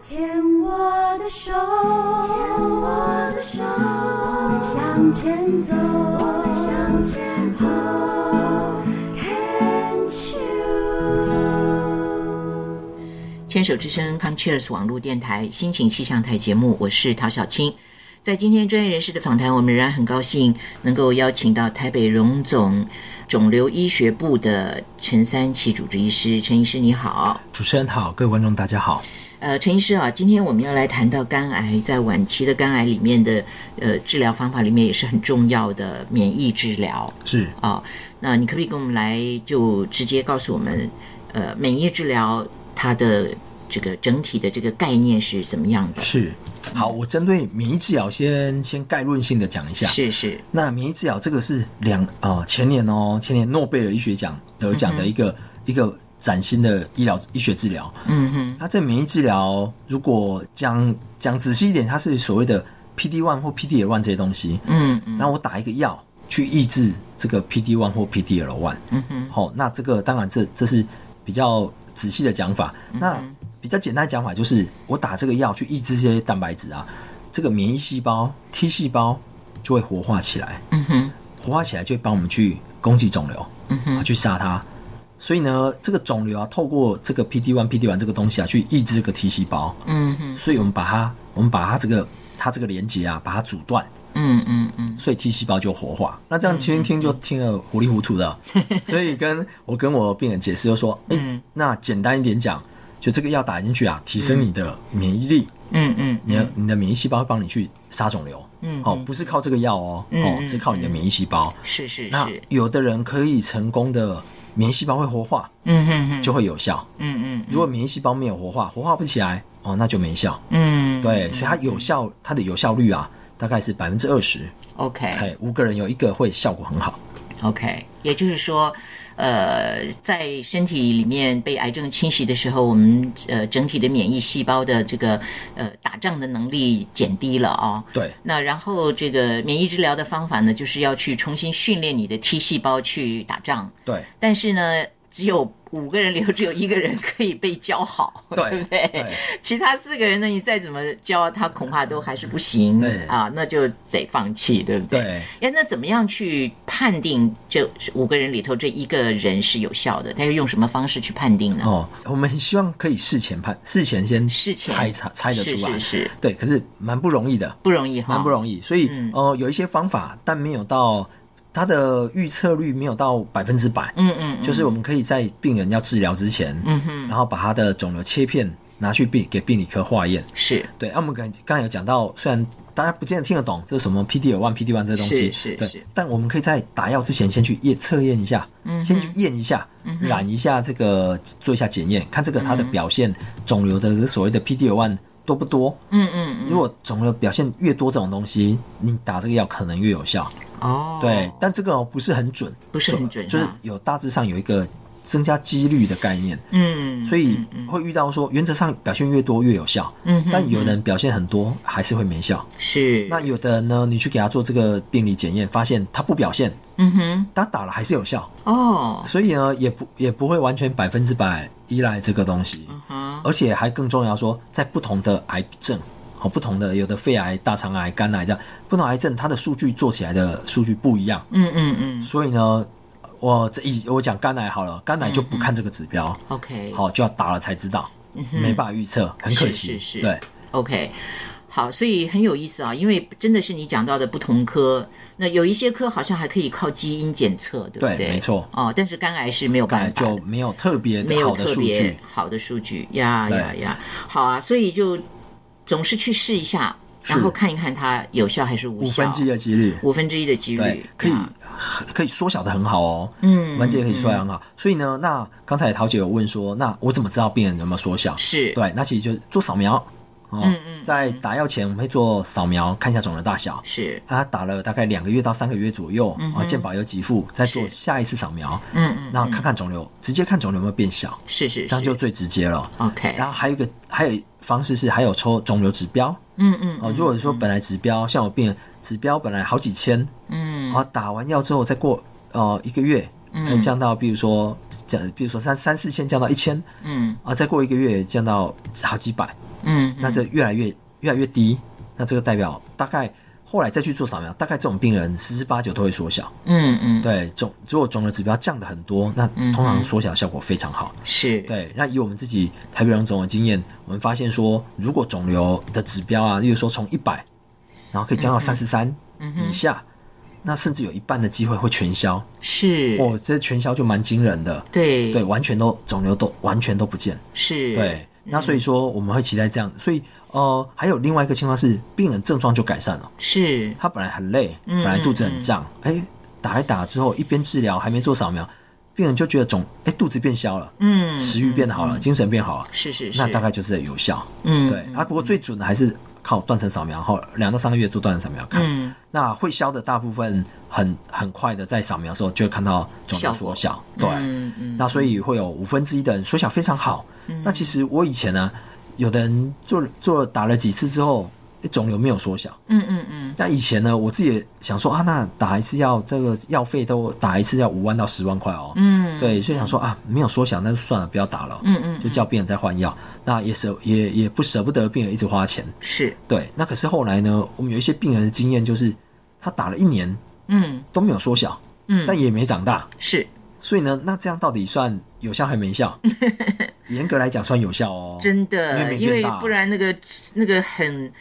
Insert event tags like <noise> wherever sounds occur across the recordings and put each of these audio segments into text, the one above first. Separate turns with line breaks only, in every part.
牵我的手，牵我的手，我们向前走，我们向前走。Can't you？
牵手之声 Come Cheers 网络电台心情气象台节目，我是陶小青。在今天专业人士的访谈，我们仍然很高兴能够邀请到台北荣总肿瘤医学部的陈三奇主治医师。陈医师你好，
主持人好，各位观众大家好。
呃，陈医师啊，今天我们要来谈到肝癌，在晚期的肝癌里面的呃治疗方法里面也是很重要的免疫治疗
是
啊、那你可不可以跟我们来就直接告诉我们，呃，免疫治疗它的这个整体的这个概念是怎么样的？
是，好，我针对免疫治疗先先概论性的讲一下。
是是，
那免疫治疗这个是两呃前年哦，前年诺贝尔医学奖得奖的一个、一个崭新的医疗医学治疗。
嗯哼，
那这免疫治疗如果讲讲仔细一点，它是所谓的 PD one 或 PD L one 这些东西。
嗯嗯
那我打一个药去抑制这个 PD one 或 PDL one。
嗯哼，
好、那这个当然这这是比较仔细的讲法。
嗯
那比较简单的讲法就是，我打这个药去抑制这些蛋白质啊，这个免疫细胞 T 细胞就会活化起来，
嗯哼，
活化起来就会帮我们去攻击肿瘤，
嗯哼，
啊，去杀它。所以呢，这个肿瘤啊，透过这个 PD one PD one 这个东西啊，去抑制这个 T 细胞，
嗯哼，
所以我们把它，我们把它这个它这个连接啊，把它阻断，
嗯嗯嗯，
所以 T 细胞就活化。那这样听一听就听得糊里糊
<laughs>
涂的，所以跟我跟我病人解释就说，哎、
嗯
那简单一点讲，就这个药打进去啊，提升你的免疫力，
嗯嗯
你的你的免疫细胞会帮你去杀肿瘤。
嗯，
哦，不是靠这个药哦，
嗯
哦
嗯，
是靠你的免疫细胞。
是是
那
是，
有的人可以成功的免疫细胞会活化，
嗯哼哼，
就会有效。
嗯嗯
如果免疫细胞没有活化，活化不起来，哦，那就没效。
嗯，
对，所以它有效，它的有效率啊，大概是百分之二十。
，OK
哎，五个人有一个会效果很好。
OK，也就是说，呃，在身体里面被癌症侵袭的时候，我们呃整体的免疫细胞的这个呃打仗的能力减低了啊、
对，
那然后这个免疫治疗的方法呢，就是要去重新训练你的 T 细胞去打仗，
对，
但是呢，只有五个人里头只有一个人可以被教好，
对
不对？
对
其他四个人呢，你再怎么教他，恐怕都还是不行，
对
啊，那就得放弃，对不对？
对。
哎，那怎么样去判定这五个人里头这一个人是有效的？他要用什么方式去判定呢？
哦，我们希望可以事前判，事前先
事前
猜猜猜得
是
出来，
是是，
对，可是蛮不容易的，
不容易哈，
蛮不
易。
容易。所以、
嗯
呃，有一些方法，但没有到它的预测率没有到百分之百，
嗯嗯，嗯
就是我们可以在病人要治疗之前，
嗯哼，
然后把他的肿瘤切片拿去病给病理科化验。
是
对，啊那、我们刚刚才有讲到，虽然大家不见得听得懂这是什么 PD 1 PD 1这东西，
是是是
对，但我们可以在打药之前先去验测验一下，
嗯哼嗯
先去验一下，染一下这个，做一下检验，看这个它的表现，肿瘤的所谓的 PD 1多不多？
嗯嗯
如果肿瘤表现越多这种东西，你打这个药可能越有效。
嗯，哦，
对，但这个哦不是很准，
不是很准啊
就是有大致上有一个增加几率的概念。
嗯，
所以会遇到说，原则上表现越多越有效，
嗯哼
但有人表现很多还是会没效。
嗯是
那有的人呢，你去给他做这个病理检验，发现他不表现，
嗯哼，
他打了还是有效，
哦，
所以呢，也不也不会完全百分之百依赖这个东西，
嗯哼，
而且还更重要说，在不同的癌症。好，不同的有的肺癌、大肠癌、肝癌这样，不同癌症它的数据做起来的数据不一样，
嗯嗯嗯
所以呢，我这一我讲肝癌好了，肝癌就
嗯
不看这个指标，
，OK，
好，就要打了才知道，没办法预测，很可惜。
嗯是是是
对，
OK，好，所以很有意思啊，因为真的是你讲到的不同科，那有一些科好像还可以靠基因检测，对不对？
对没错
哦，但是肝癌是没有
本
办
来
法的
就没有特别
没有
好的
特
数据
别。好的数据呀
对
呀呀，好啊，所以就总是去试一下，
是
然后看一看它有效还是无
五
效，
分之一的几率，
五分之一的几
对
率，啊
可以
呀
可以缩小的很好哦。
嗯
五分之一可以缩小得很好。所以呢，那刚才桃姐有问说，那我怎么知道病人有没有缩小？
是嗯
对，那其实就是做扫描哦，在打药前我们会做扫描，看一下肿瘤大小。
是，
啊，打了大概两个月到三个月左右，啊，健保有给付，再做
是
下一次扫描，
嗯嗯，
那看看肿瘤，直接看肿瘤有没有变小，
是是
这样就是最直接了。
OK，
然后还有一个还有方式是还有抽肿瘤指标
嗯嗯
哦。如果说本来指标像我病人指标本来好几千，
嗯嗯
然后打完药之后再过呃一个月，呃降到比如说降，比如说三三四千降到一千，
嗯
啊再过一个月降到好几百，
嗯，
那这越来越越来越低，那这个代表大概后来再去做扫描，大概这种病人十之八九都会缩小。
嗯嗯，
对肿，如果肿瘤指标降的很多，那通常缩小效果非常好。
是，
对，那以我们自己台北荣总的经验，我们发现说，如果肿瘤的指标啊，例如说从一百，然后可以
嗯
降到三十三以下，那甚至有一半的机会会全消。
是，
哦，这全消就蛮惊人的。
对
对，完全都肿瘤都完全都不见。
是，
对，那
嗯
所以说我们会期待这样。所以呃，还有另外一个情况是，病人症状就改善了。
是，
他本来很累，
嗯
本来肚子很胀，哎、打一打之后，一边治疗还没做扫描，病人就觉得肿，哎，肚子变消了，
嗯，
食欲变好了，精神变好了，
是是是，
那大概就是有效。
嗯
对啊，不过最准的还是靠断层扫描，后两到三个月做断层扫描看。
嗯
那会消的大部分很很快的，在扫描的时候就会看到肿瘤缩小，对，
嗯嗯
那所以会有五分之一的人缩小非常好。那其实我以前呢，有的人做做打了几次之后，诶肿瘤没有缩小。
嗯嗯嗯，
那以前呢，我自己也想说啊，那打一次药这个药费都打一次要五万到十万块哦。
嗯
对，所以想说啊，没有缩小那就算了，不要打了。
嗯嗯
就叫病人再换药。那也舍也也不舍不得病人一直花钱。
是，
对，那可是后来呢，我们有一些病人的经验就是，他打了一年
嗯
都没有缩小，
嗯，
但也没长大。
是，
所以呢，那这样到底算有效还没效？ <laughs> 严格来讲算有效哦，
真
因
的，
为没
因
变
为
大
不然那个那个很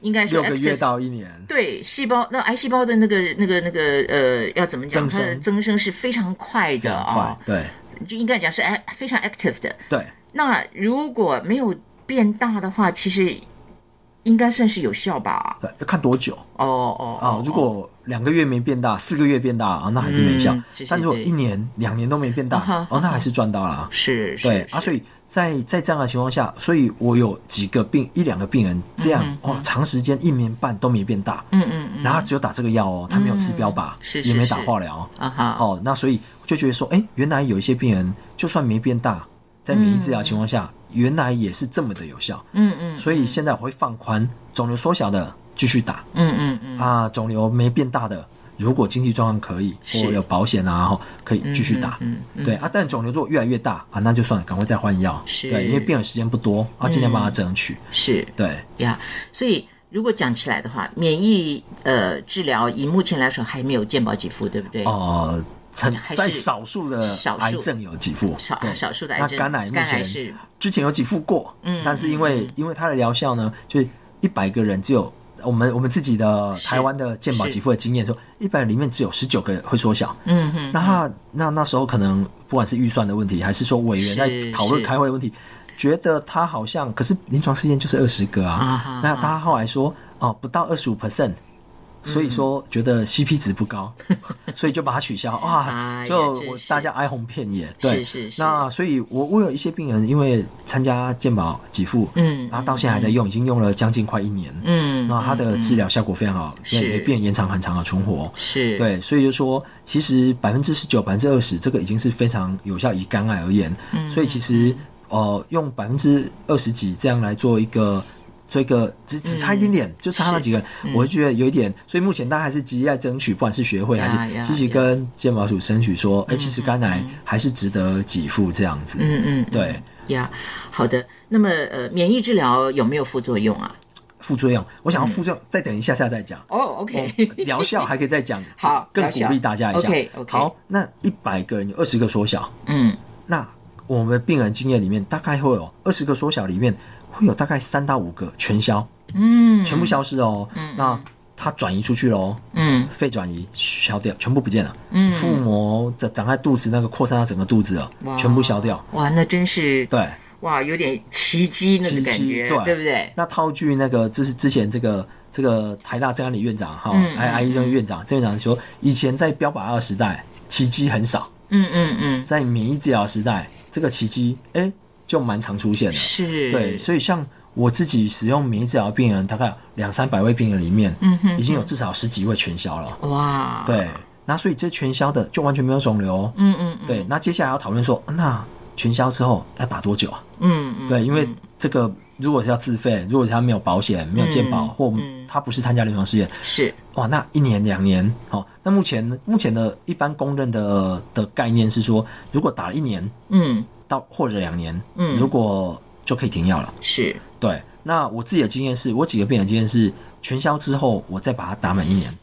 应该说
六个
active-
月到一年，
对细胞，那癌细胞的那个、那个、那个呃，要怎么讲？
增
它
生
的增生是非常快
这
的
样
啊
快，、对
就应该讲是 act- 非常 active 的。
对
那如果没有变大的话，其实应该算是有效吧？
对，要看多久
哦哦
啊、如果两个月没变大，四个月变大啊，那还是没效。
嗯是是
但如果
对
一年、两年都没变大，
哈
哦，那还是赚到了啊。
是是
对啊，
是
所以在在这样的情况下，所以我有几个病一两个病人这样、哦，长时间一年半都没变大，
嗯嗯嗯
然后他只有打这个药哦，他没有吃标靶，
是
也
是
没打
是
化疗，
啊哈，
哦，那所以就觉得说，哎、原来有一些病人就算没变大，在免疫治疗情况下，原来也是这么的有效。
嗯嗯
所以现在我会放宽，肿瘤缩小的继续打
嗯嗯嗯，
啊，肿瘤没变大的，如果经济状况可以
是
或有保险啊，吼可以继续打。
嗯嗯
对啊，但肿瘤如果越来越大啊，那就算了，赶快再换药。
是嗯
对，因为病人时间不多啊，尽量帮他争取。
是
对，
呀。所以如果讲起来的话，免疫呃治疗以目前来说还没有健保给付，对不对？
哦、曾
还是
在少数的
少数
癌症有几副，
少
对
少数的癌症
那肝癌目
肝癌
前
是
之前有几副过，
嗯
但是因为因为它的疗效呢，就是一百个人只有我们我们自己的
是
台湾的健保
是
给付的经验说，一百里面只有十九个会缩小。
嗯哼，
那他那那时候可能不管是预算的问题，还是说委员在
是
讨论
是
开会的问题，觉得他好像可是临床试验就是二十个
啊
啊
哈，嗯
那他后来说哦不到二十五 percent。所以说觉得 CP 值
<laughs>
不高，所以就把它取消
哎
哇，
呀
就
真
我
是
大家哀鸿遍野。对，
是是
那所以我我有一些病人因为参加健保给付，
嗯
然后啊到现在还在用，已经用了将近快一年，
嗯，
那他的治疗效果非常好，
是
所以也变延长很长的存活。
是，
对，所以就说，其实百分之十九、百分之二十，这个已经是非常有效。以肝癌而言，
嗯
所以其实呃，用百分之二十几这样来做一个。做一个只只差一点
嗯
点，就差那几个人，我会觉得有一点。所以目前大家还是极力在争取，不管是学会还
呀呀
是积极
呀
跟健保署争取说，哎，其实肝癌还是值得给付这样子。
嗯嗯，
对，
呀，好的。那么呃，免疫治疗有没有副作用啊？
副作用，我想
嗯
要副作用，再等一下下再讲。
<laughs> 哦，OK，
我疗效还可以再讲，
好
更
疗
鼓
效
励大家一下。
OK，OK
好，那一百个人有二十个缩小，
嗯，
那我们病人经验里面，大概会有二十个缩小里面，会有大概三到五个全消，嗯，全部消失哦。那它转移出去喽，
嗯，
肺转移消掉，全部不见了。嗯，腹膜长长在肚子那个扩散到整个肚子了
哇，
全部消掉。
哇，那真是
对，
哇，有点奇迹那个
奇
感
迹
觉，
对
不对？
那套句那个，就是之前这个这个台大张安理院长哈，
嗯
还还医生院长，郑院长说，以前在标靶二时代，奇迹很少，
嗯嗯嗯，
在免疫治疗时代，这个奇迹哎、就蛮常出现的。
是，
对，所以像我自己使用免疫治疗病人，大概两三百位病人里面，嗯哼，已经有至少十几位全消了。
哇，，
对，那所以这全消的就完全没有肿瘤哦。
嗯嗯嗯
对，那接下来要讨论说，那全消之后要打多久啊？
嗯嗯，
对，因为这个如果是要自费，如果他没有保险、没有健保，
嗯
或他不是参加临床试验，
是，
哇，那一年两年，好、那目前目前的一般公认的的概念是说，如果打了一年
嗯
到或者两年，
嗯
如果就可以停药了。
是，
对，那我自己的经验是，我几个病人经验是，全消之后我再把它打满一年。就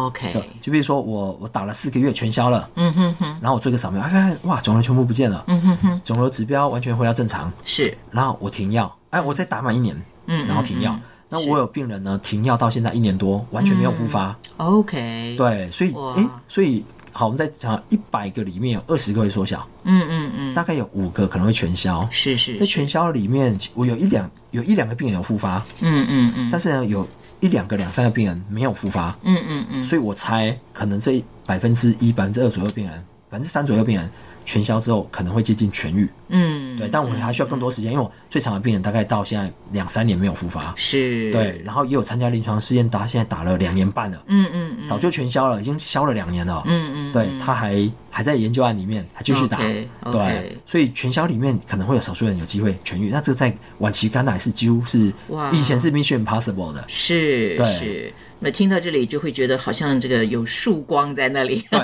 ，OK，
就比如说我我打了四个月全消了，
嗯哼哼，
然后我做一个扫描，哎发现哇肿瘤全部不见了，
嗯哼哼，
肿瘤指标完全回到正常，
是，
然后我停药，哎我再打满一年，
嗯，
然后停药
嗯。
那
是
我有病人呢，停药到现在一年多，完全没有复发。
嗯，OK，，
对，所以
哇
诶，所以好，我们再讲一百个里面有二十个会缩小，
嗯嗯嗯，
大概有五个可能会全消。
是是，
在全消里面，我有一两有一两个病人有复发，
嗯嗯嗯，
但是呢，有一两个两三个病人没有复发，
嗯嗯嗯，
所以我猜可能这百分之一、百分之二左右病人，百分之三左右病人全消之后可能会接近痊愈。
嗯，
对，但我们还需要更多时间，因为我最长的病人大概到现在两三年没有复发。
是，
对，，然后也有参加临床试验，打现在打了两年半了，
嗯嗯嗯，
早就全消了，已经消了两年了。
嗯嗯，
对，他还还在研究案里面，还继续打。
OK，OK
对，所以全消里面可能会有少数人有机会痊愈，那这个在晚期肝癌是几乎是
哇。
以前是 mission impossible 的
是
对
是。那听到这里就会觉得好像这个有曙光在那里，，
对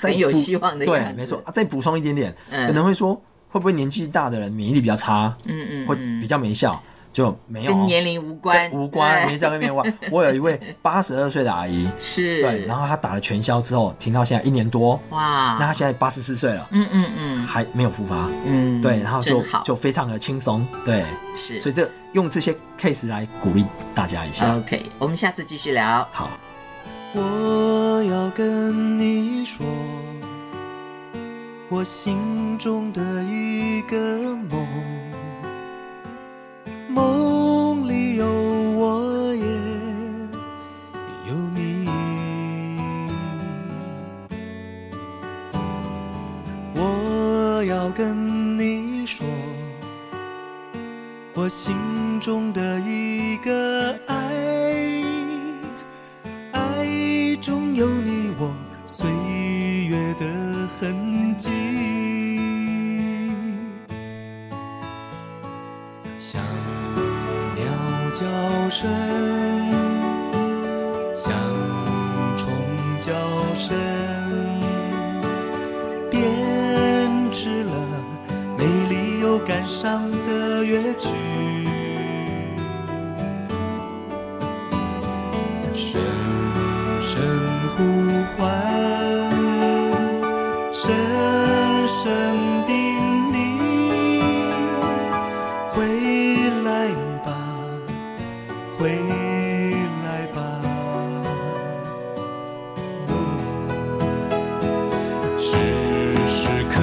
再
很有
补
希望的样
对，
子
没错。啊再补充一点点，
嗯
可能会说会不会年纪大的人免疫力比较差，
嗯嗯，
会
嗯
比较没效，就没有哦
跟年龄无关，
无关，
哎
没效跟没关。我有
<laughs>
一位八十二岁的阿姨，
是，
对，然后她打了全消之后，停到现在一年多，
哇，
那她现在八十四岁了，
嗯嗯啊嗯
还没有复发，
嗯，
对，然后就
真好
就非常的轻松，对，
是，
所以这用这些 case 来鼓励大家一下。
OK，我们下次继续聊。
好，
我要跟你说，我心中的一个梦，梦里有我也有你。我要跟你说，我心中的一个爱。爱中有你我岁月的痕迹。像鸟叫声，像虫叫声，编织了美丽又感伤的乐曲。深深呼唤，深深叮咛，回来吧，回来吧。时时刻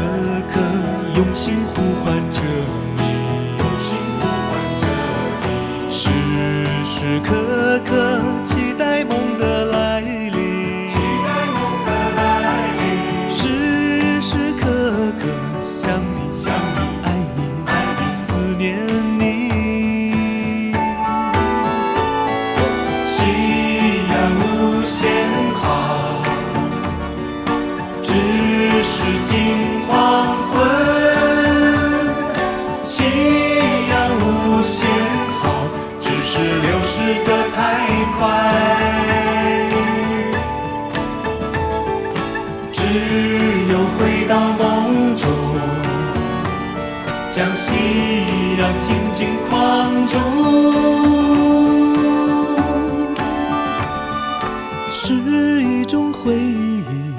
刻用心呼唤着你，用心呼唤着你，时时刻刻期待梦的来临，期待梦的来临，时时刻刻想你，想你，爱你，爱你，思念你。夕阳无限好。只是近黄昏，夕阳无限好，只是流逝的太快。只有回到梦中，将夕阳紧紧框住，是一种回忆。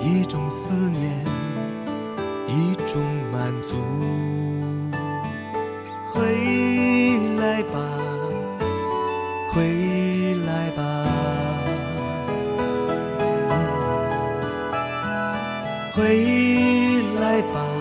一种思念，一种满足。回来吧，回来吧，回来吧。